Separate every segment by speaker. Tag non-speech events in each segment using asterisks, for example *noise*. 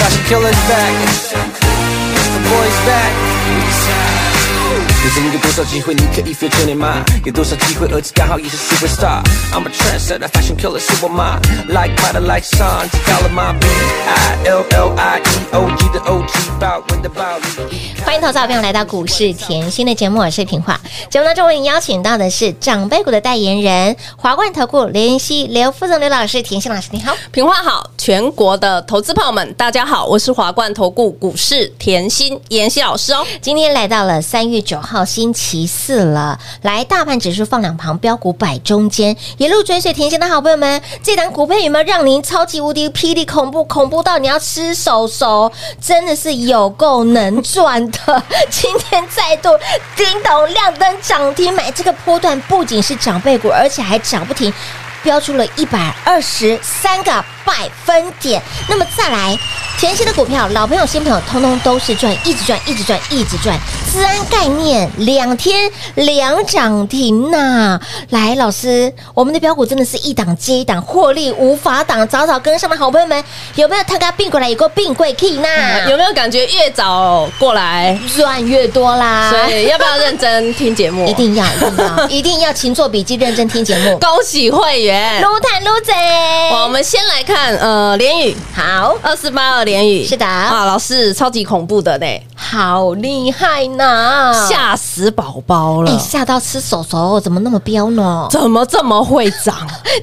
Speaker 1: Fashion killer's back. The boy's back. 有这么有多少机会你可以 feel 着你吗？有多少机会儿子刚好也是 superstar。I'm a trendsetter, fashion killer 是我妈。Like mother like son，知道了吗？B I L L I E O G 的 O G，暴文的暴力。
Speaker 2: 欢迎投资者朋友来到股市甜心的节目，我是平化。节目当中为您邀请到的是长辈股的代言人华冠投顾刘云熙、刘副总、刘老师、甜心老师，你好。
Speaker 3: 平话好，全国的投资朋友们，大家好，我是华冠投顾股市甜心妍希老师哦。
Speaker 2: 今天来到了三月九号星期四了，来大盘指数放两旁，标股摆中间，一路追随甜心的好朋友们，这档股票有没有让您超级无敌霹雳恐怖，恐怖到你要吃手手？真的是有够能赚的！今天再度叮咚亮灯涨停买这个波段，不仅是长辈股，而且还涨不停。标出了一百二十三个百分点。那么再来，前期的股票，老朋友、新朋友，通通都是赚，一直赚，一直赚，一直赚。治安概念两天两涨停呐、来，老师，我们的标股真的是一档接一档，获利无法挡。早早跟上的好朋友们，有没有他家并过来？有个并贵 key 呐？
Speaker 3: 有没有感觉越早过来，
Speaker 2: 赚越多啦！
Speaker 3: 所以要不要认真听节目？
Speaker 2: 一定要，一定要，一定要勤做笔记，认真听节目。
Speaker 3: 恭喜
Speaker 2: *laughs*
Speaker 3: 会员！
Speaker 2: 撸探撸贼，
Speaker 3: 我们先来看，呃，联宇
Speaker 2: 好。
Speaker 3: 二四八二联宇
Speaker 2: 是的
Speaker 3: 啊，老师超级恐怖的呢，
Speaker 2: 好厉害呢！
Speaker 3: 吓死宝宝
Speaker 2: 嗯哎
Speaker 3: 了，
Speaker 2: 吓到吃手手，怎么那么彪呢？
Speaker 3: 怎么这么会涨？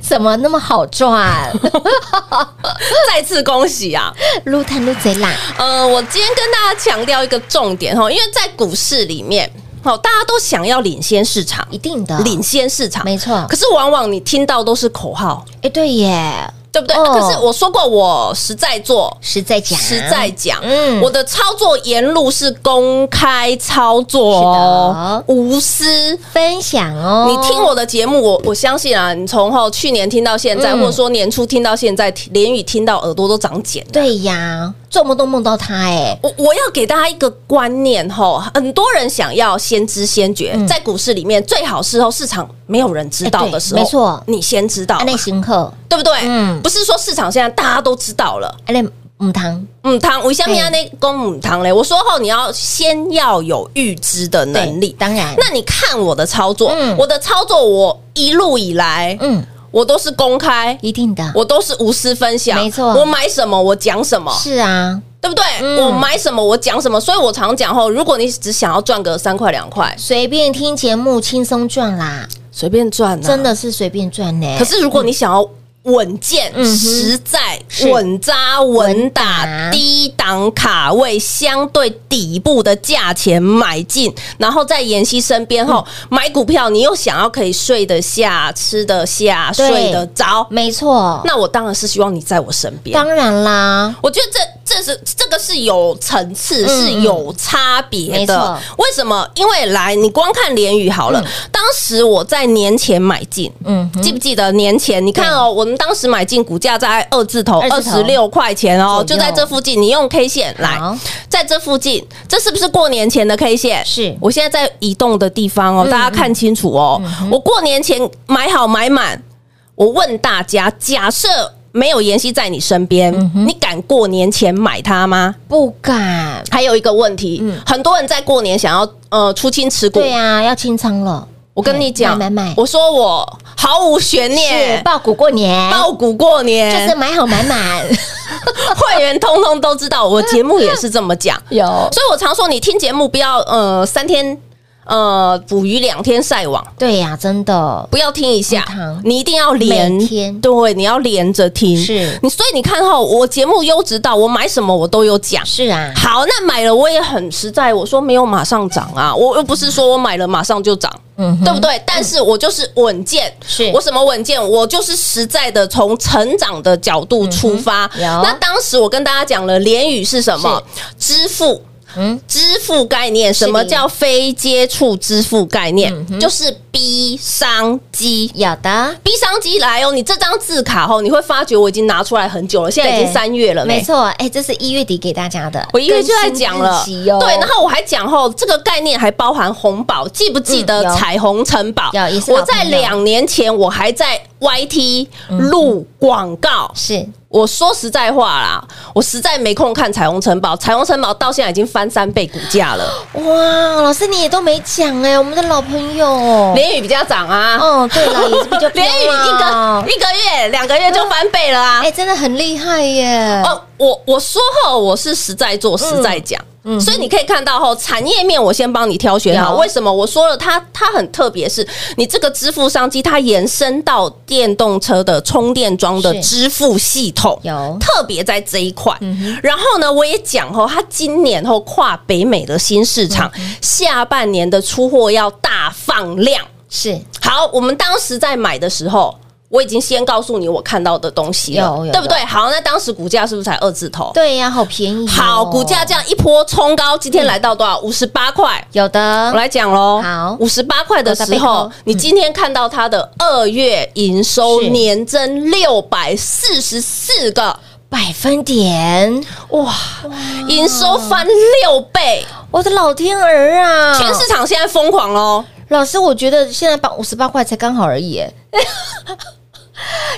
Speaker 2: 怎么那么好 *laughs* 赚？
Speaker 3: *laughs* 再次恭喜啊！
Speaker 2: 撸探撸贼啦！
Speaker 3: 呃，我今天跟大家强调一个重点哦哈，因为在股市里面，哦，大家都想要领先市场，
Speaker 2: 一定的
Speaker 3: 领先市场，
Speaker 2: 没错
Speaker 3: 可是往往你听到都是口号，
Speaker 2: 哎，对耶，
Speaker 3: 对不对？
Speaker 2: 哦
Speaker 3: 可是我说过，我实在做。
Speaker 2: 实在讲，
Speaker 3: 实在讲，
Speaker 2: 嗯
Speaker 3: 我的操作沿路是公开操作哦，无私。
Speaker 2: 分享哦。
Speaker 3: 你听我的节目，我我相信啊，你从后去年听到现在，
Speaker 2: 嗯
Speaker 3: 或者说年初听到现在，连语听到耳朵都长茧了。
Speaker 2: 对呀，做梦都梦到他哎，
Speaker 3: 我我要给大家一个观念吼，很多人想要先知先觉，
Speaker 2: 嗯
Speaker 3: 在股市里面最好是候哦市场没有人知道的时候，
Speaker 2: 哎对没错
Speaker 3: 你先知道
Speaker 2: 安
Speaker 3: 嘛，
Speaker 2: 内行客，
Speaker 3: 对不对？
Speaker 2: 嗯
Speaker 3: 不是说市场现在大家都知道了，
Speaker 2: 安内母汤，
Speaker 3: 嗯，汤我下面安那公母汤嘞，我说后你要先要有预知的
Speaker 2: 对
Speaker 3: 能力。
Speaker 2: 当然，
Speaker 3: 那你看我的操作，
Speaker 2: 嗯
Speaker 3: 我的操作我一路以来，
Speaker 2: 嗯，
Speaker 3: 我都是公开。
Speaker 2: 一定的，
Speaker 3: 我都是无私分享，
Speaker 2: 没错
Speaker 3: 我买什么我讲什么，
Speaker 2: 是啊，
Speaker 3: 对不对？
Speaker 2: 嗯
Speaker 3: 我买什么我讲什么，所以我常讲吼，如果你只想要赚个三块两块，
Speaker 2: 随便听节目轻松赚啦，
Speaker 3: 随便赚、啊
Speaker 2: 真。的是随便赚呢。
Speaker 3: 可是如果你想要稳健、
Speaker 2: 嗯哼
Speaker 3: 实在、
Speaker 2: 是
Speaker 3: 稳扎稳
Speaker 2: 稳打
Speaker 3: 打、低档卡位、相对底部的价钱买进，然后在妍希身边后、
Speaker 2: 嗯
Speaker 3: 买股票，你又想要可以睡得下、吃得下、
Speaker 2: 对
Speaker 3: 睡得着，
Speaker 2: 没错，
Speaker 3: 那我当然是希望你在我身边。
Speaker 2: 当然啦，
Speaker 3: 我觉得这这是这个是有层次，
Speaker 2: 嗯
Speaker 3: 是有差别的
Speaker 2: 没。
Speaker 3: 为什么？因为来，你光看联宇好了，当时我在年前买进。
Speaker 2: 嗯哼，
Speaker 3: 记不记得年前？你看哦，我们当时买进股价在二字头，
Speaker 2: 二
Speaker 3: 二
Speaker 2: 字
Speaker 3: 十
Speaker 2: 头
Speaker 3: 六块钱哦，
Speaker 2: 左
Speaker 3: 就
Speaker 2: 右
Speaker 3: 在这附近。你用 K 线来
Speaker 2: 好，
Speaker 3: 在这附近，这是不是过年前的 K 线？
Speaker 2: 是
Speaker 3: 我现在在移动的地方哦，大家看清楚哦。我过年前买好买满，我问大家，假设没有妍希在你身边，你敢过年前买它吗？
Speaker 2: 不敢。
Speaker 3: 还有一个问题，
Speaker 2: 嗯
Speaker 3: 很多人在过年想要呃出清持股
Speaker 2: 对，啊，要清仓了。
Speaker 3: 我跟你讲，
Speaker 2: 买买买
Speaker 3: 我说我毫无悬
Speaker 2: 是
Speaker 3: 念。
Speaker 2: 爆股过年，
Speaker 3: 啊爆股过年，
Speaker 2: 就是买好买
Speaker 3: *laughs*
Speaker 2: 满，
Speaker 3: 会员通通 *laughs* 都知道，我节目也是这么讲，
Speaker 2: 有
Speaker 3: 所以我常说你听节目不要呃三天。呃捕鱼两天晒网，
Speaker 2: 对呀、真的，
Speaker 3: 不要听一下
Speaker 2: 不糖，
Speaker 3: 你一定要连
Speaker 2: 每天
Speaker 3: 对，你要连着听。
Speaker 2: 是
Speaker 3: 你，所以你看哈，我节目优质到我买什么我都有讲。
Speaker 2: 是啊，
Speaker 3: 好，那买了我也很实在，我说没有马上涨啊，我又不是说我买了马上就涨，
Speaker 2: 嗯哼
Speaker 3: 对不对？但是我就是稳健，
Speaker 2: 是
Speaker 3: 我什么稳健？我就是实在的从成长的角度出发。
Speaker 2: 嗯有
Speaker 3: 那当时我跟大家讲了联语是什么？支付。
Speaker 2: 嗯
Speaker 3: 支付概念，
Speaker 2: 是的嗯
Speaker 3: 什么叫非接触支付概念？就是逼商机。
Speaker 2: 有的，
Speaker 3: 逼商机来哦，你这张字卡哦，你会发觉我已经拿出来很久了，现在已
Speaker 2: 对
Speaker 3: 经三月了呢，
Speaker 2: 没错，哎，这是一月底给大家的，
Speaker 3: 我一月就在讲了，
Speaker 2: 更新日期哦
Speaker 3: 对，然后我还讲吼，这个概念还包含红宝，记不记得
Speaker 2: 嗯有
Speaker 3: 彩虹城堡？
Speaker 2: 有也是老
Speaker 3: 我在
Speaker 2: 朋友嗯
Speaker 3: 两年前我还在 YT 录广告，
Speaker 2: 是
Speaker 3: 我说实在话啦，我实在没空看彩虹城堡，彩虹城堡到现在已经翻三倍股价了，
Speaker 2: 哇，老师你也都没讲哎，我们的老朋友哦，
Speaker 3: 联宇比较涨啊，
Speaker 2: 哦，对了，也是
Speaker 3: *laughs*
Speaker 2: 比较
Speaker 3: 联宇
Speaker 2: 彪
Speaker 3: 一
Speaker 2: 啊
Speaker 3: 个一个月、两个月就翻倍了啊
Speaker 2: 哎、，真的很厉害耶！
Speaker 3: 哦，我我说后我是实在做实在讲。所以你可以看到后产业面，我先帮你挑选好。
Speaker 2: 嗯有
Speaker 3: 为什么我说了它它很特别，是你这个支付商机，它延伸到电动车的充电桩的
Speaker 2: 是
Speaker 3: 支付系统，
Speaker 2: 有嗯
Speaker 3: 特别在这一块。然后呢，我也讲哦，它今年后跨北美的新市场，
Speaker 2: 嗯
Speaker 3: 下半年的出货要大放量。
Speaker 2: 是
Speaker 3: 好，我们当时在买的时候，我已经先告诉你我看到的东西了
Speaker 2: 有，有
Speaker 3: 对不对？好，那当时股价是不是才二字头？
Speaker 2: 对呀、好便宜哦、
Speaker 3: 好，股价这样一波冲高，今天来到多少？五十八块。
Speaker 2: 有的
Speaker 3: 我来讲喽，
Speaker 2: 好
Speaker 3: 五十八块的时
Speaker 2: 我的背
Speaker 3: 候
Speaker 2: 后，嗯
Speaker 3: 你今天看到它的二月营收
Speaker 2: 是
Speaker 3: 年增六百四十四个，
Speaker 2: 百分点，
Speaker 3: 哇，营收翻六倍，
Speaker 2: 我的老天儿啊！
Speaker 3: 全市场现在疯狂哦喽。
Speaker 2: 老师，我觉得现在把五十八块才刚好而已耶。 *laughs*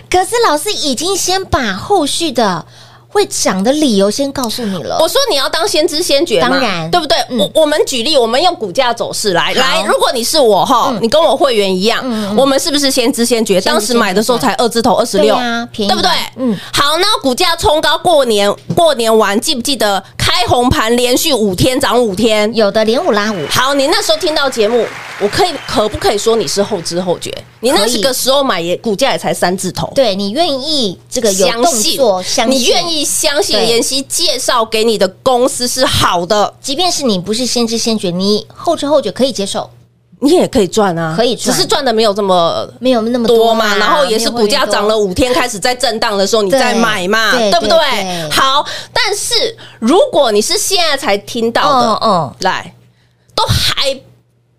Speaker 2: 可是老师已经先把后续的会涨的理由先告诉你了。
Speaker 3: 我说你要当先知先觉嘛，
Speaker 2: 当然
Speaker 3: 对不对？
Speaker 2: 嗯
Speaker 3: 我我们举例，我们用股价走势来来。如果你是我哈，
Speaker 2: 嗯
Speaker 3: 你跟我会员一样，我们是不是先知先觉？
Speaker 2: 知
Speaker 3: 当时买的时候才二字头二十
Speaker 2: 对
Speaker 3: 六
Speaker 2: 呀便宜
Speaker 3: 对不对？
Speaker 2: 嗯
Speaker 3: 嗯，好，那股价冲高，过年过年完记不记得开红盘连续五天涨五天？
Speaker 2: 有的连五拉五，
Speaker 3: 好，你那时候听到节目，我可以可不可以说你是后知后觉？你那
Speaker 2: 可以
Speaker 3: 个时候买也股价也才三字头，
Speaker 2: 对你愿意这个有
Speaker 3: 相
Speaker 2: 动
Speaker 3: 信
Speaker 2: 作，相信
Speaker 3: 你愿，意相信
Speaker 2: 对
Speaker 3: 妍希介绍给你的公司是好的，
Speaker 2: 即便是你不是先知先觉，你后知后觉可以接受，
Speaker 3: 你也可以赚啊，
Speaker 2: 可以赚
Speaker 3: 只是赚的没有这么。
Speaker 2: 没有那么
Speaker 3: 多
Speaker 2: 多
Speaker 3: 嘛，然后也是股价涨了
Speaker 2: 五，
Speaker 3: 五天，开始在震荡的时候，你
Speaker 2: 对
Speaker 3: 再买嘛，
Speaker 2: 对
Speaker 3: 对不
Speaker 2: 对
Speaker 3: 对
Speaker 2: 对？
Speaker 3: 好，但是如果你是现在才听到
Speaker 2: 嗯
Speaker 3: 的，
Speaker 2: 嗯，
Speaker 3: 来，都还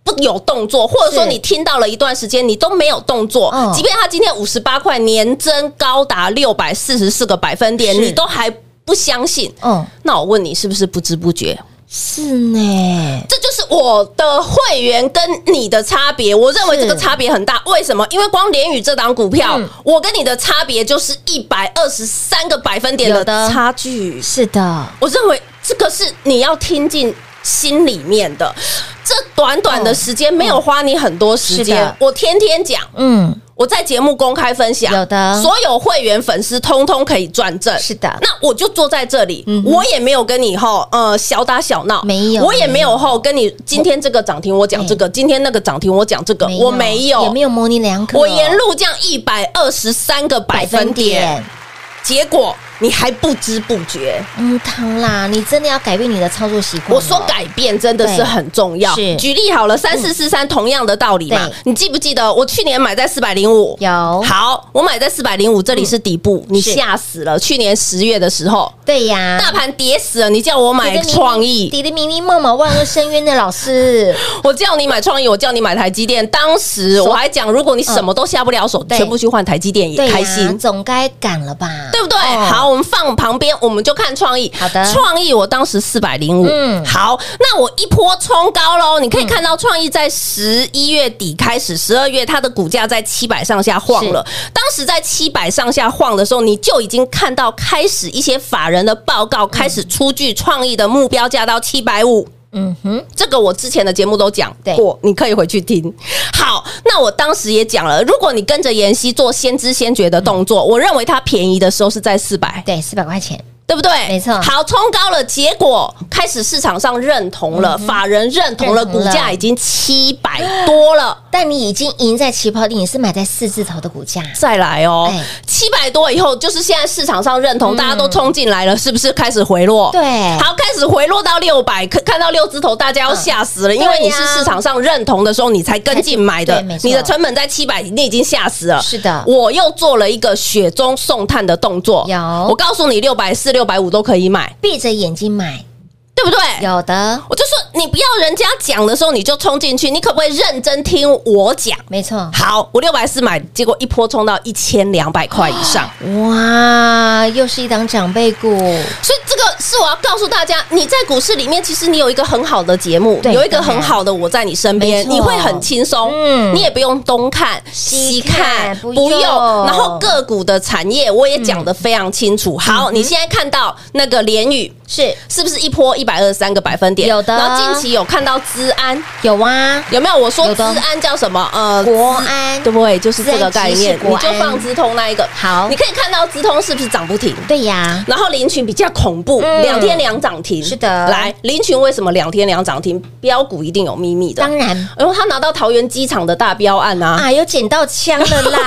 Speaker 3: 不有动作，或者说
Speaker 2: 是
Speaker 3: 你听到了一段时间，你都没有动作
Speaker 2: 嗯，
Speaker 3: 即便它今天五十八块年增高达六百四十四个百分点，
Speaker 2: 是
Speaker 3: 你都还不相信，
Speaker 2: 嗯，
Speaker 3: 那我问你，是不是不知不觉？
Speaker 2: 是呢，
Speaker 3: 这就是我的会员跟你的差别，我认为
Speaker 2: 是
Speaker 3: 这个差别很大。为什么？因为光联宇这档股票，
Speaker 2: 嗯
Speaker 3: 我跟你的差别就是一百二十三个百分点
Speaker 2: 有
Speaker 3: 的
Speaker 2: 的
Speaker 3: 差距。
Speaker 2: 是的，
Speaker 3: 我认为这个是你要听进心里面的。这短短的时间没有花你很多时
Speaker 2: 嗯是
Speaker 3: 间
Speaker 2: 的，
Speaker 3: 我天天讲，
Speaker 2: 嗯，
Speaker 3: 我在节目公开分享，
Speaker 2: 有的
Speaker 3: 所有会员粉丝通通可以转正。
Speaker 2: 是的
Speaker 3: 那我就坐在这里，
Speaker 2: 嗯哼
Speaker 3: 我也没有跟你吼呃小打小闹，
Speaker 2: 没有
Speaker 3: 我也没
Speaker 2: 没有
Speaker 3: 有吼跟你今天这个涨停我讲这个，今天那个涨停我讲这个，我没
Speaker 2: 也
Speaker 3: 有
Speaker 2: 没。有哦模棱两可，
Speaker 3: 我沿路这样一百二十三个百分点，，结果你还不知不觉。
Speaker 2: 嗯，唐啦，你真的要改变你的操作习惯了，哦
Speaker 3: 我说改变真的是很重要
Speaker 2: 对是。嗯
Speaker 3: 举例好了，三四四三同样的道理嘛
Speaker 2: 对，
Speaker 3: 你记不记得我去年买在四百零五？
Speaker 2: 有嗯
Speaker 3: 好，我买在四百零五，这里是底部，你
Speaker 2: 是
Speaker 3: 吓死了。去年十月的时候，
Speaker 2: 对呀，
Speaker 3: 大盘跌死了，你叫我买
Speaker 2: 你的迷
Speaker 3: 创意，
Speaker 2: 你的迷迷梦嘛，万恶深渊的老师，
Speaker 3: 我叫你买创意，我叫你买台积电。当时我还讲，如果你什么都下不了手，
Speaker 2: 对
Speaker 3: 全部去换台积电
Speaker 2: 对
Speaker 3: *laughs* 也
Speaker 2: 呀
Speaker 3: 开心。
Speaker 2: 总该赶了吧？
Speaker 3: 对不对？
Speaker 2: 哦
Speaker 3: 好，我们放旁边，我们就看创意。
Speaker 2: 好的
Speaker 3: 创意我当时四百零五。
Speaker 2: 嗯
Speaker 3: 好，那我一波冲高喽。你可以看到创意在十一月底开始，十二月它的股价在七百上下晃了。当时在七百上下晃的时候，你就已经看到开始一些法人的报告开始出具创意的目标价到七百五。
Speaker 2: 嗯哼，
Speaker 3: 这个我之前的节目都讲
Speaker 2: 对
Speaker 3: 过，你可以回去听。好，那我当时也讲了，如果你跟着妍希做先知先觉的动作，我认为它便宜的时候是在四百，
Speaker 2: 对，四百块钱，
Speaker 3: 对不对？
Speaker 2: 没错
Speaker 3: 好，冲高了，结果开始市场上认同了，法人认同
Speaker 2: 嗯
Speaker 3: 了，
Speaker 2: 认同
Speaker 3: 股
Speaker 2: 了
Speaker 3: 价已经七百多
Speaker 2: *gasps*
Speaker 3: 了。
Speaker 2: 但你已经赢在起跑点，你是买在四字头的股价，
Speaker 3: 再来哦
Speaker 2: 哎，
Speaker 3: 七百多以后，就是现在市场上认同，大家都冲进来了，是不是开始回落？
Speaker 2: 嗯对
Speaker 3: 哦好，开始回落到六百，看看到六字头，大家要吓死了，因为
Speaker 2: 对呀
Speaker 3: 你是市场上认同的时候，你才跟进买的
Speaker 2: 对没，错
Speaker 3: 你的成本在七百，你已经吓死了。
Speaker 2: 是的
Speaker 3: 我又做了一个雪中送炭的动作，
Speaker 2: 有
Speaker 3: 我告诉你，六百四、六百五都可以买，
Speaker 2: 闭着眼睛买，
Speaker 3: 对不对？
Speaker 2: 有的，
Speaker 3: 我就说，你不要人家讲的时候你就冲进去，你可不可以认真听我讲？
Speaker 2: 没错。
Speaker 3: 好，我六百四买，结果一波冲到一千两百块以上。
Speaker 2: 哇，又是一档长辈股，
Speaker 3: 所以这个是我要告诉大家，你在股市里面，其实你有一个很好的节目，
Speaker 2: 对
Speaker 3: 有一个很好的我在你身
Speaker 2: 没
Speaker 3: 边，
Speaker 2: 错
Speaker 3: 你会很轻松，
Speaker 2: 嗯
Speaker 3: 你也不用东看西看，
Speaker 2: 不
Speaker 3: 不用。
Speaker 2: 用
Speaker 3: 然后个股的产业我也讲得非常清楚。好，你现在看到那个联宇
Speaker 2: 是
Speaker 3: 嗯是不是一波一百二十三个百分点？
Speaker 2: 有的
Speaker 3: 然后近期有看到资安，
Speaker 2: 有啊，
Speaker 3: 有没有？我说
Speaker 2: 有
Speaker 3: 资
Speaker 2: 的
Speaker 3: 安叫什么？呃，
Speaker 2: 国安
Speaker 3: 对，就是这个概念，
Speaker 2: 资安即是
Speaker 3: 你
Speaker 2: 国安
Speaker 3: 就放资通那一个。
Speaker 2: 好
Speaker 3: 你可以看到资通是不是涨不停？
Speaker 2: 对呀，
Speaker 3: 然后林群比较恐怖，
Speaker 2: 嗯
Speaker 3: 两天两涨停。
Speaker 2: 是的
Speaker 3: 来林群为什么两天两涨停？标股一定有秘密的。
Speaker 2: 当，然
Speaker 3: 然后他拿到桃园机场的大标案啊。
Speaker 2: 啊，有捡到枪的啦，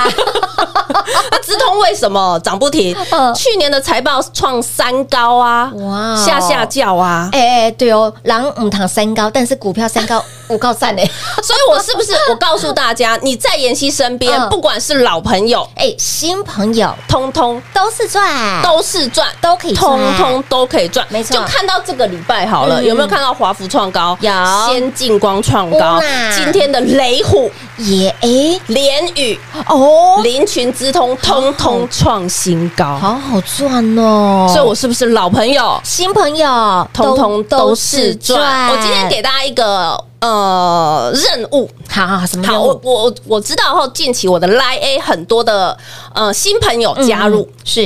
Speaker 2: 啊
Speaker 3: 那直通为什么涨不
Speaker 2: *laughs*
Speaker 3: 停
Speaker 2: 嗯？
Speaker 3: 去年的财报创三高啊，
Speaker 2: *laughs* 哇哦
Speaker 3: 下下叫啊。
Speaker 2: 哎哎，对哦，狼五堂三高，但是股票三高五高
Speaker 3: *laughs*
Speaker 2: 三嘞，
Speaker 3: 所以我是不是我告诉大家，你在妍希身边
Speaker 2: 嗯，
Speaker 3: 不管是老朋友，
Speaker 2: 哎，新朋友
Speaker 3: 通通
Speaker 2: 都是赚，
Speaker 3: 都是赚，
Speaker 2: 都可以赚
Speaker 3: 通通都可以赚，
Speaker 2: 没错
Speaker 3: 就看到这个礼拜好了，
Speaker 2: 嗯
Speaker 3: 有没有看到华孚创高？
Speaker 2: 有
Speaker 3: 先进光创高
Speaker 2: 哇，
Speaker 3: 今天的雷虎、
Speaker 2: 也哎
Speaker 3: 联宇、
Speaker 2: 哦，
Speaker 3: 林群之通，通通创新高。
Speaker 2: 好好赚哦，
Speaker 3: 所以，我是不是老朋友？
Speaker 2: 新朋友
Speaker 3: 通通都是赚。我今天给大家一个呃任务，
Speaker 2: 好好好什么
Speaker 3: 好，
Speaker 2: 任
Speaker 3: 我
Speaker 2: 务
Speaker 3: 我我我知道后，近期我的 Line A 很多的呃新朋友加
Speaker 2: 嗯
Speaker 3: 入，
Speaker 2: 是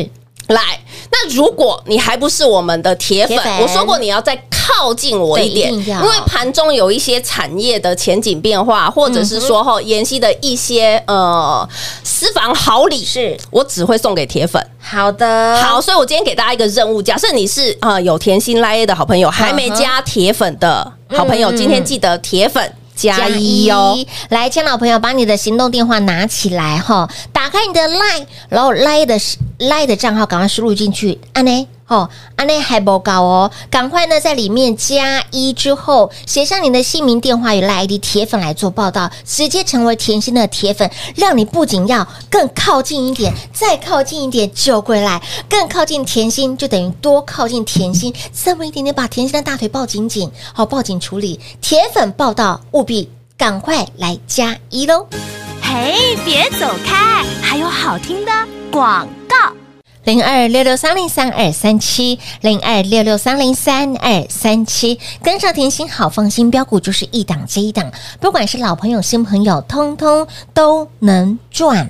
Speaker 3: 来，那如果你还不是我们的铁粉
Speaker 2: 铁，粉
Speaker 3: 我说过你要再靠近我一点，
Speaker 2: 对一定
Speaker 3: 因
Speaker 2: 要
Speaker 3: 为盘中有一些产业的前景变化，或者是说后妍希的一些呃私房好礼，是我只会送给铁粉。
Speaker 2: 好的，
Speaker 3: 好，所以我今天给大家一个任务，假设你是呃有甜心拉 A 的好朋友，还没加铁粉的好朋友，
Speaker 2: 嗯
Speaker 3: 今天记得铁粉加一哦。！
Speaker 2: 来，亲爱的朋友，把你的行动电话拿起来哈，打开你的 Line，然后 Line 的 Line 的账号赶快输入进去，安内哦，安内还不高哦，赶快呢在里面加一之后，写上你的姓名、电话与 Line ID，铁粉来做报道，直接成为甜心的铁粉，让你不仅要更靠近一点，再靠近一点就归来，更靠近甜心就等于多靠近甜心，这么一点点把甜心的大腿抱紧紧，好抱紧处理，铁粉报道务必赶快来加一喽！
Speaker 4: 嘿，别走开，还有好听的广告。
Speaker 2: 零二六六三零三二三七，零二六六三零三二三七，跟上甜心好放心，标股就是一档接一档，不管是老朋友、新朋友，通通都能赚。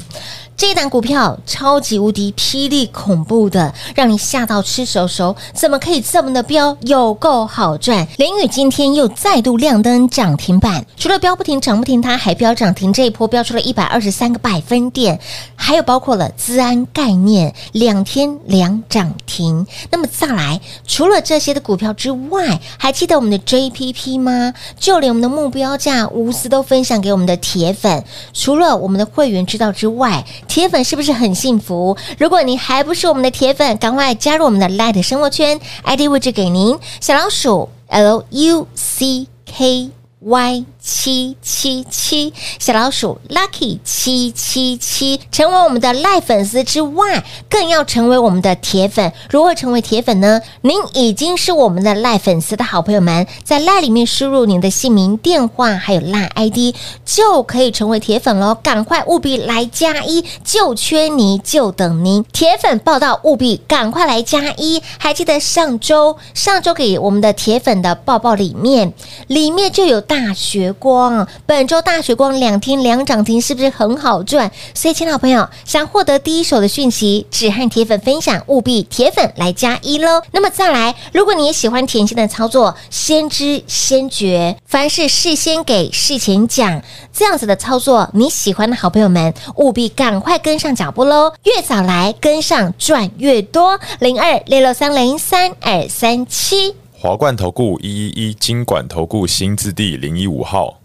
Speaker 2: 这一档股票超级无敌霹雳恐怖的，让你吓到吃手手，怎么可以这么的飙？有够好赚！联宇今天又再度亮灯涨停板，除了飙不停、涨不停，它还飙涨停，这一波飙出了一百二十三个百分点，还有包括了资安概念两天两涨停。那么再来，除了这些的股票之外，还记得我们的 JPP 吗？就连我们的目标价无私都分享给我们的铁粉。除了我们的会员知道之外，铁粉是不是很幸福？如果你还不是我们的铁粉，赶快加入我们的 Light 生活圈，ID 位置给您小老鼠 L U C K。Y 七七七小老鼠 Lucky 七七七，成为我们的赖粉丝之外，更要成为我们的铁粉。如何成为铁粉呢？您已经是我们的赖粉丝的好朋友们，在赖里面输入您的姓名、电话还有赖 ID，就可以成为铁粉喽！赶快务必来加一，就缺你，就等您。铁粉报道务必赶快来加一，还记得上周上周给我们的铁粉的抱抱里面，里面就有。大学光，本周大学光两天两涨停，是不是很好赚？所以，亲爱的朋友，想获得第一手的讯息，只和铁粉分享，务必铁粉来加一喽。那么再来，如果你也喜欢甜心的操作，先知先觉，凡事事先给，事前讲，这样子的操作，你喜欢的好朋友们务必赶快跟上脚步喽，越早来跟上赚越多。零二六六三零三二三七。
Speaker 5: 华冠投顾一一一金管投顾新字第零一五号，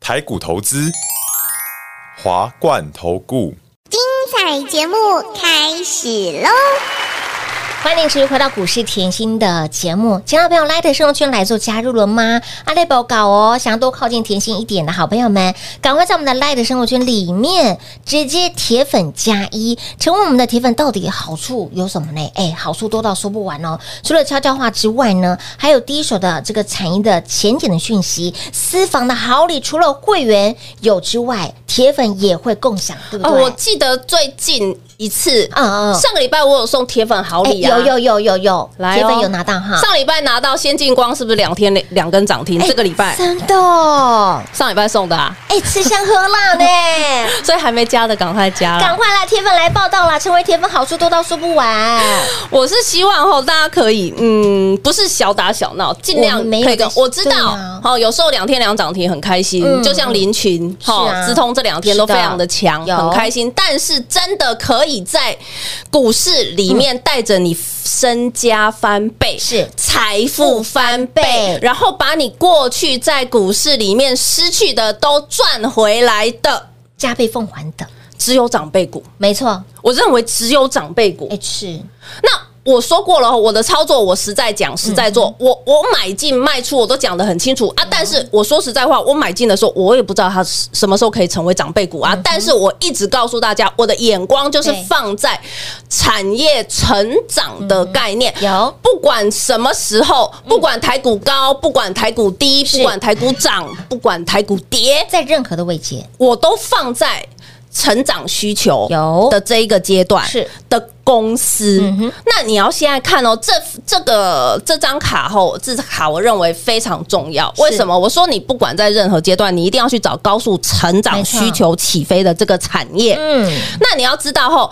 Speaker 5: 台股投资，华冠投顾。
Speaker 6: 彩节目开始喽！
Speaker 2: 欢迎持续回到股市甜心的节目，亲爱的朋友，Light 生活圈来做加入了吗？阿赖宝搞哦，想要多靠近甜心一点的好朋友们，赶快在我们的 Light 生活圈里面直接铁粉加一，成为我们的铁粉到底好处有什么呢？哎，好处多到说不完哦。除了悄悄话之外呢，还有第一手的这个产业的浅浅的讯息，私房的好礼，除了会员有之外，铁粉也会共享，对不
Speaker 3: 哦，
Speaker 2: 对？
Speaker 3: 我记得最近一次，
Speaker 2: 嗯嗯嗯
Speaker 3: 上个礼拜我有送铁粉好
Speaker 2: 哎
Speaker 3: 礼啊，
Speaker 2: 有有有有有，
Speaker 3: 来哦
Speaker 2: 铁粉有拿到哈。
Speaker 3: 上礼拜拿到先进光是不是两天两两根涨停？
Speaker 2: 哎
Speaker 3: 这个礼拜
Speaker 2: 真的哦，
Speaker 3: 上礼拜送的啊，
Speaker 2: 哎，吃香喝辣 *laughs* 呢，啊
Speaker 3: 所以还没加的赶快加
Speaker 2: 赶
Speaker 3: 啦。
Speaker 2: 快来铁粉来报道啦！成为铁粉好处多到说不完，
Speaker 3: 我是希望吼大家可以嗯，不是小打小闹，尽量
Speaker 2: 我们没有
Speaker 3: 可以跟
Speaker 2: 在
Speaker 3: 我知
Speaker 2: 对
Speaker 3: 道
Speaker 2: 啊，
Speaker 3: 好有时候两天两涨停很开心
Speaker 2: 嗯，
Speaker 3: 就像林群
Speaker 2: 是
Speaker 3: 好
Speaker 2: 啊
Speaker 3: 资通这两天都
Speaker 2: 是的
Speaker 3: 非常的强，
Speaker 2: 有
Speaker 3: 很开心。但是真的可以在股市里面带着你身家翻倍，
Speaker 2: 是
Speaker 3: 财富翻倍
Speaker 2: 倍，
Speaker 3: 然后把你过去在股市里面失去的都赚回来的，
Speaker 2: 加倍奉还的，
Speaker 3: 只有长辈股。
Speaker 2: 没错。
Speaker 3: 我认为只有长辈股
Speaker 2: 哎，是
Speaker 3: 那我说过了哦，我的操作我实在讲，实在做，我我买进卖出我都讲得很清楚啊。但是我说实在话，我买进的时候，我也不知道它是什么时候可以成为长辈股啊。但是我一直告诉大家，我的眼光就是
Speaker 2: 对
Speaker 3: 放在产业成长的概念。
Speaker 2: 有
Speaker 3: 不管什么时候，不管台股高，不管台股低，不管台股涨，不管台股跌，
Speaker 2: 在任何的位阶，
Speaker 3: 我都放在成长需求
Speaker 2: 有
Speaker 3: 的这一个阶段
Speaker 2: 是
Speaker 3: 的公司
Speaker 2: 嗯哼。
Speaker 3: 那你要现在看哦，这这个这张卡后这张卡我认为非常重要。
Speaker 2: 是
Speaker 3: 为什么？我说你不管在任何阶段，你一定要去找高速成
Speaker 2: 没
Speaker 3: 长
Speaker 2: 错
Speaker 3: 需求起飞的这个产业。
Speaker 2: 嗯，
Speaker 3: 那你要知道后。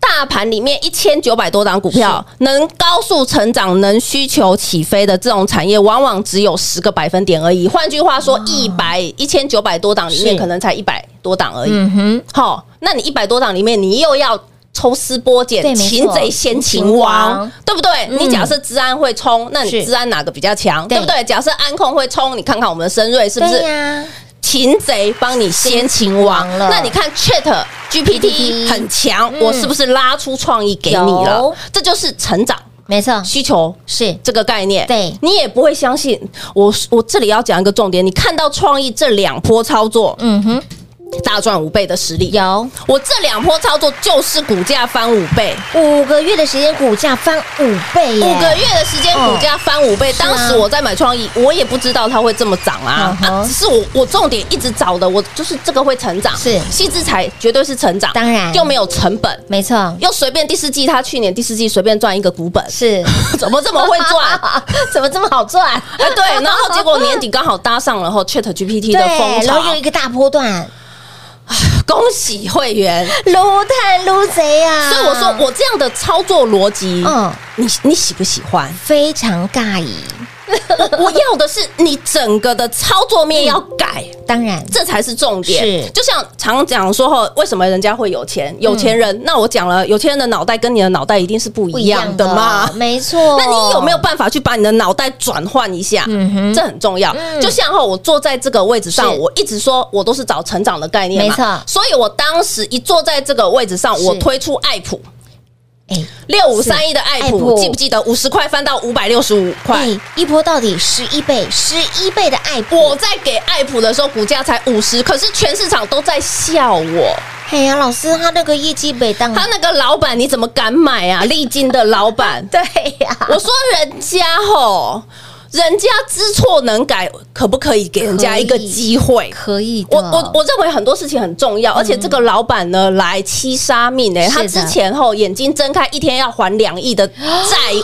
Speaker 3: 大盘里面一千九百多档股票，能高速成长、能需求起飞的这种产业，往往只有十个百分点而已。换句话
Speaker 2: 嗯
Speaker 3: 说，一百一千九百多档里面，
Speaker 2: 是
Speaker 3: 可能才一百多档而已。
Speaker 2: 嗯哼，
Speaker 3: 好、那你一百多档里面，你又要抽丝剥
Speaker 2: 对
Speaker 3: 茧，
Speaker 2: 没错
Speaker 3: 擒贼先
Speaker 2: 擒
Speaker 3: 擒
Speaker 2: 王
Speaker 3: 王，对不对？
Speaker 2: 嗯
Speaker 3: 你假设治安会冲，那
Speaker 2: 是
Speaker 3: 你治安哪个比较强，
Speaker 2: 对
Speaker 3: 对不对？假设安控会冲，你看看我们的深瑞是不
Speaker 2: 对
Speaker 3: 是
Speaker 2: 呀，
Speaker 3: 擒贼帮你先擒王
Speaker 2: 先擒王了
Speaker 3: 那你看 Chat
Speaker 2: GPT
Speaker 3: GPT 很强，
Speaker 2: 嗯
Speaker 3: 我是不是拉出创意给你了
Speaker 2: 有？
Speaker 3: 这就是成长
Speaker 2: 没错，
Speaker 3: 需求
Speaker 2: 是
Speaker 3: 这个概念，
Speaker 2: 对
Speaker 3: 你也不会相信。我我这里要讲一个重点，你看到创意这两波操作，
Speaker 2: 嗯哼，
Speaker 3: 大赚五倍的实力。
Speaker 2: 有
Speaker 3: 我这两波操作就是股价翻五倍，
Speaker 2: 五个月的时间，股价翻五倍耶，
Speaker 3: 五个月的时间
Speaker 2: 嗯
Speaker 3: 股价翻五倍。
Speaker 2: 是啊
Speaker 3: 当时我在买创意，我也不知道它会这么涨啊
Speaker 2: 嗯，哼
Speaker 3: 啊只是我我重点一直找的，我就是这个会成长，
Speaker 2: 是
Speaker 3: 细制材绝对是成长，
Speaker 2: 当然
Speaker 3: 又没有成本，
Speaker 2: 没错，
Speaker 3: 又随便第四季，它去年第四季随便赚一个股本， *laughs*
Speaker 2: 是
Speaker 3: 怎么这么会赚？
Speaker 2: 啊， *laughs* 怎么这么好赚？
Speaker 3: 哎，对，然后结果年底刚好搭上了后 Chat GPT 的风
Speaker 2: 对，然后
Speaker 3: 潮
Speaker 2: 又一，个大波段，
Speaker 3: 恭喜会员。
Speaker 2: 撸探撸贼啊！
Speaker 3: 所以我说，我这样的操作逻辑，
Speaker 2: 嗯
Speaker 3: 你你喜不喜欢？
Speaker 2: 非常尬意，
Speaker 3: 我要的是你整个的操作面要改。
Speaker 2: 当然
Speaker 3: 这才是重点，
Speaker 2: 是嗯
Speaker 3: 就像常讲说吼，为什么人家会有钱？有钱人，那我讲了，有钱人的脑袋跟你的脑袋一定是不一样的嘛。
Speaker 2: 没错。
Speaker 3: 那你有没有办法去把你的脑袋转换一下？
Speaker 2: 嗯哼嗯
Speaker 3: 这很重要。就像哈，我坐在这个位置上，
Speaker 2: 是
Speaker 3: 我一直说我都是找成长的概念嘛，
Speaker 2: 没错
Speaker 3: 所以我当时一坐在这个位置上，
Speaker 2: 是
Speaker 3: 我推出爱普
Speaker 2: 哎
Speaker 3: 六五三一的爱
Speaker 2: 爱普
Speaker 3: 普，记不记得五十块翻到五百六十五块？
Speaker 2: 哎，一波到底十一倍，十一倍的爱普，
Speaker 3: 我在给爱普的时候，股价才五十，可是全市场都在笑我。
Speaker 2: 哎呀，老师他那个业绩被当，，
Speaker 3: 他那个老板，你怎么敢买啊？历经的老板
Speaker 2: 对呀、
Speaker 3: 我说人家吼，人家知错能改，可不可以给人家一个
Speaker 2: 可以
Speaker 3: 机会？
Speaker 2: 可以的，
Speaker 3: 我我我认为很多事情很重要，而且这个老板呢，来七杀命哎、
Speaker 2: 是
Speaker 3: 他
Speaker 2: 的
Speaker 3: 之前吼
Speaker 2: *gasps*
Speaker 3: 眼睛睁开，一天要还两亿的债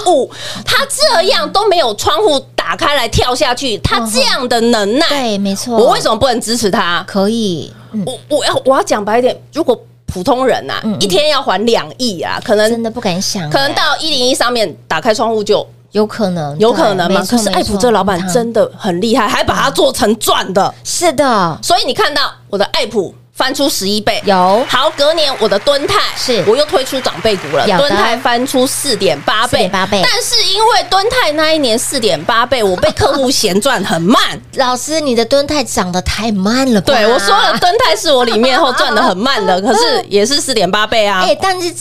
Speaker 3: 务，他这样都没有窗户打打开来跳下去，他这样的能耐，
Speaker 2: 嗯对，哦没错。
Speaker 3: 我为什么不能支持他？
Speaker 2: 可以？嗯，
Speaker 3: 我我要我要讲白一点，如果普通人呐、
Speaker 2: 嗯嗯
Speaker 3: 一天要还两亿啊，可
Speaker 2: 真
Speaker 3: 能
Speaker 2: 的不敢想，哎
Speaker 3: 可能到一零一上面打开窗户就
Speaker 2: 有可能，
Speaker 3: 有可能
Speaker 2: 对
Speaker 3: 嘛。
Speaker 2: 没错嗯
Speaker 3: 可是艾普这老板真的很厉害，还把它做成赚的，
Speaker 2: 是的，
Speaker 3: 所以你看到我的艾普翻出十一倍，
Speaker 2: 有
Speaker 3: 好，隔年我的敦泰
Speaker 2: 是
Speaker 3: 我又推出长辈股了，
Speaker 2: 有的
Speaker 3: 敦泰翻出四点八倍，
Speaker 2: 4.8倍
Speaker 3: 但是因为敦泰那一年四点八倍，我被客户嫌赚很
Speaker 2: *laughs*
Speaker 3: 慢。
Speaker 2: 老师，你的蹲态长得太慢了吧？
Speaker 3: 对，我说了，敦泰是我里面后赚的很
Speaker 2: *laughs*
Speaker 3: 慢的，可是也是四点八倍啊。
Speaker 2: 哎，但是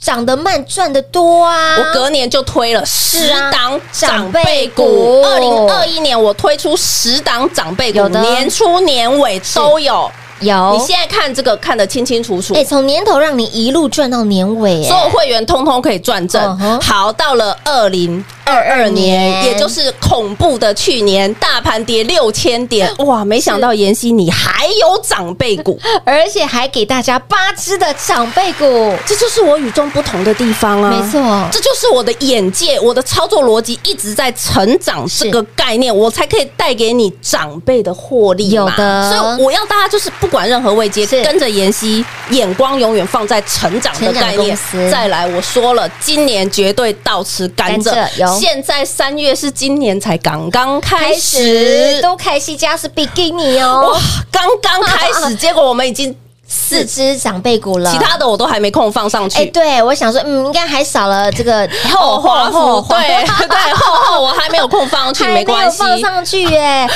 Speaker 2: 长得慢赚的多啊，
Speaker 3: 我隔年就推了十
Speaker 2: 是啊
Speaker 3: 档
Speaker 2: 长
Speaker 3: 啊长
Speaker 2: 辈
Speaker 3: 辈
Speaker 2: 股
Speaker 3: 股，二零二一年我推出十档长辈股
Speaker 2: 有，的
Speaker 3: 年初年尾都有。
Speaker 2: 有
Speaker 3: 你现在看这个看得清清楚楚，
Speaker 2: 哎，从年头让你一路赚到年尾，哎
Speaker 3: 所有会员通通可以转
Speaker 2: 嗯
Speaker 3: 正。
Speaker 2: 哼
Speaker 3: 好，到了二零二二
Speaker 2: 年
Speaker 3: 年，也就是恐怖的去年，大盘跌六千 *laughs* 点，哇！没想到妍希你还有长辈股，
Speaker 2: 而且还给大家八只的长辈股，
Speaker 3: *laughs* 这就是我与众不同的地方啊！
Speaker 2: 没错
Speaker 3: 这就是我的眼界，我的操作逻辑一直在成长
Speaker 2: 是
Speaker 3: 这个概念，我才可以带给你长辈的获利
Speaker 2: 有
Speaker 3: 嘛。
Speaker 2: 的
Speaker 3: 所以我要大家就是不管任何位阶，
Speaker 2: 是
Speaker 3: 跟着妍希，眼光永远放在成长的
Speaker 2: 成长
Speaker 3: 概念
Speaker 2: 公司。
Speaker 3: 再来，我说了，今年绝对倒吃甘蔗。
Speaker 2: 甘蔗有
Speaker 3: 现在三月是今年才刚刚开始，
Speaker 2: 都开始加是比基尼
Speaker 3: 哇
Speaker 2: 哦，，
Speaker 3: 刚刚开始，结果我们已经
Speaker 2: 四只长辈股了，
Speaker 3: 其他的我都还没空放上去。
Speaker 2: 哎、对我想说，嗯，应该还少了这个
Speaker 3: 后哦后后，
Speaker 2: 后
Speaker 3: *laughs* 对对后后，我还没有空放上
Speaker 2: *laughs*
Speaker 3: 去，
Speaker 2: 还没
Speaker 3: 没关
Speaker 2: 有
Speaker 3: 系。
Speaker 2: 放上去
Speaker 3: *laughs*
Speaker 2: 耶，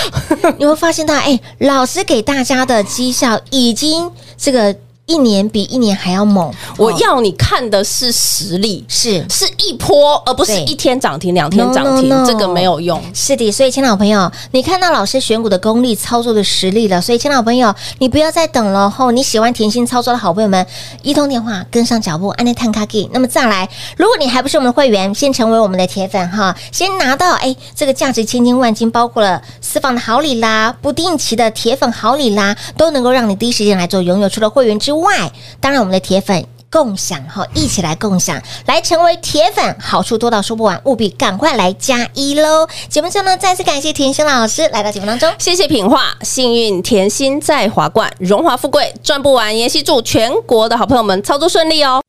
Speaker 2: 你会发现到，哎、老师给大家的绩效已经这个一年比一年还要猛，
Speaker 3: 我
Speaker 2: 哦
Speaker 3: 要你看的是实力，
Speaker 2: 嗯是
Speaker 3: 是一波，而不是
Speaker 2: 对
Speaker 3: 一天涨停、两天
Speaker 2: No,
Speaker 3: 涨停
Speaker 2: no, no，
Speaker 3: 这个没有用。
Speaker 2: 是的，所以，亲老朋友，你看到老师选股的功力、操作的实力了，所以，亲老朋友，你不要再等了。后你喜欢甜心操作的好朋友们，一通电话跟上脚步，安内探卡给。那么再来，如果你还不是我们的会员，先成为我们的铁粉哈， *laughs* 先拿到哎这个价值千金万金，包括了私房的好礼啦、不定期的铁粉好礼啦，都能够让你第一时间来做拥有。除了会员之外，当然我们的铁粉。共享哈，一起来共享，来成为铁粉，好处多到说不完，务必赶快来加一喽！节目最后呢，再次感谢甜心老师来到节目当中。
Speaker 3: 谢谢品画，幸运甜心在华冠，荣华富贵赚不完。妍希祝全国的好朋友们操作顺利哦！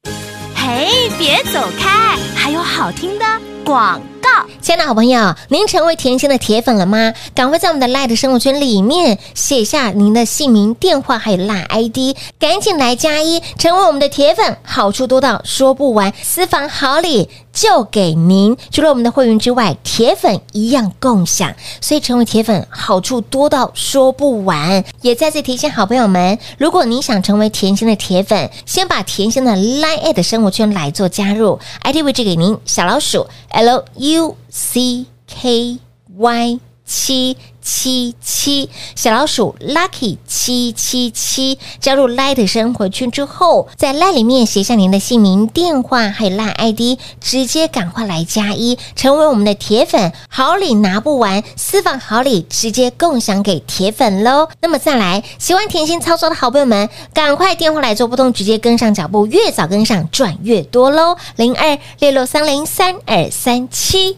Speaker 4: 嘿，别走开，还有好听的广告。
Speaker 2: 亲爱的好朋友，您成为甜心的铁粉了吗？赶快在我们的 l i g e 生活圈里面写下您的姓名、电话还有 l ID，赶紧来加一，成为我们的铁粉，好处多到说不完，私房好礼就给您。除了我们的会员之外，铁粉一样共享，所以成为铁粉好处多到说不完。也再次提醒好朋友们，如果你想成为甜心的铁粉，先把甜心的 Line at 生活圈来做加入，ID 位置给您小老鼠 L U C K Y 七七七，小老鼠 Lucky 七七七，加入 Light 生活圈之后，在 Light 里面写下您的姓名、电话还有 Light ID，直接赶快来加一，成为我们的铁粉，好礼拿不完，私房好礼直接共享给铁粉喽。那么再来，喜欢甜心操作的好朋友们，赶快电话来做拨动，直接跟上脚步，越早跟上赚越多喽，零二六六三零三二三七。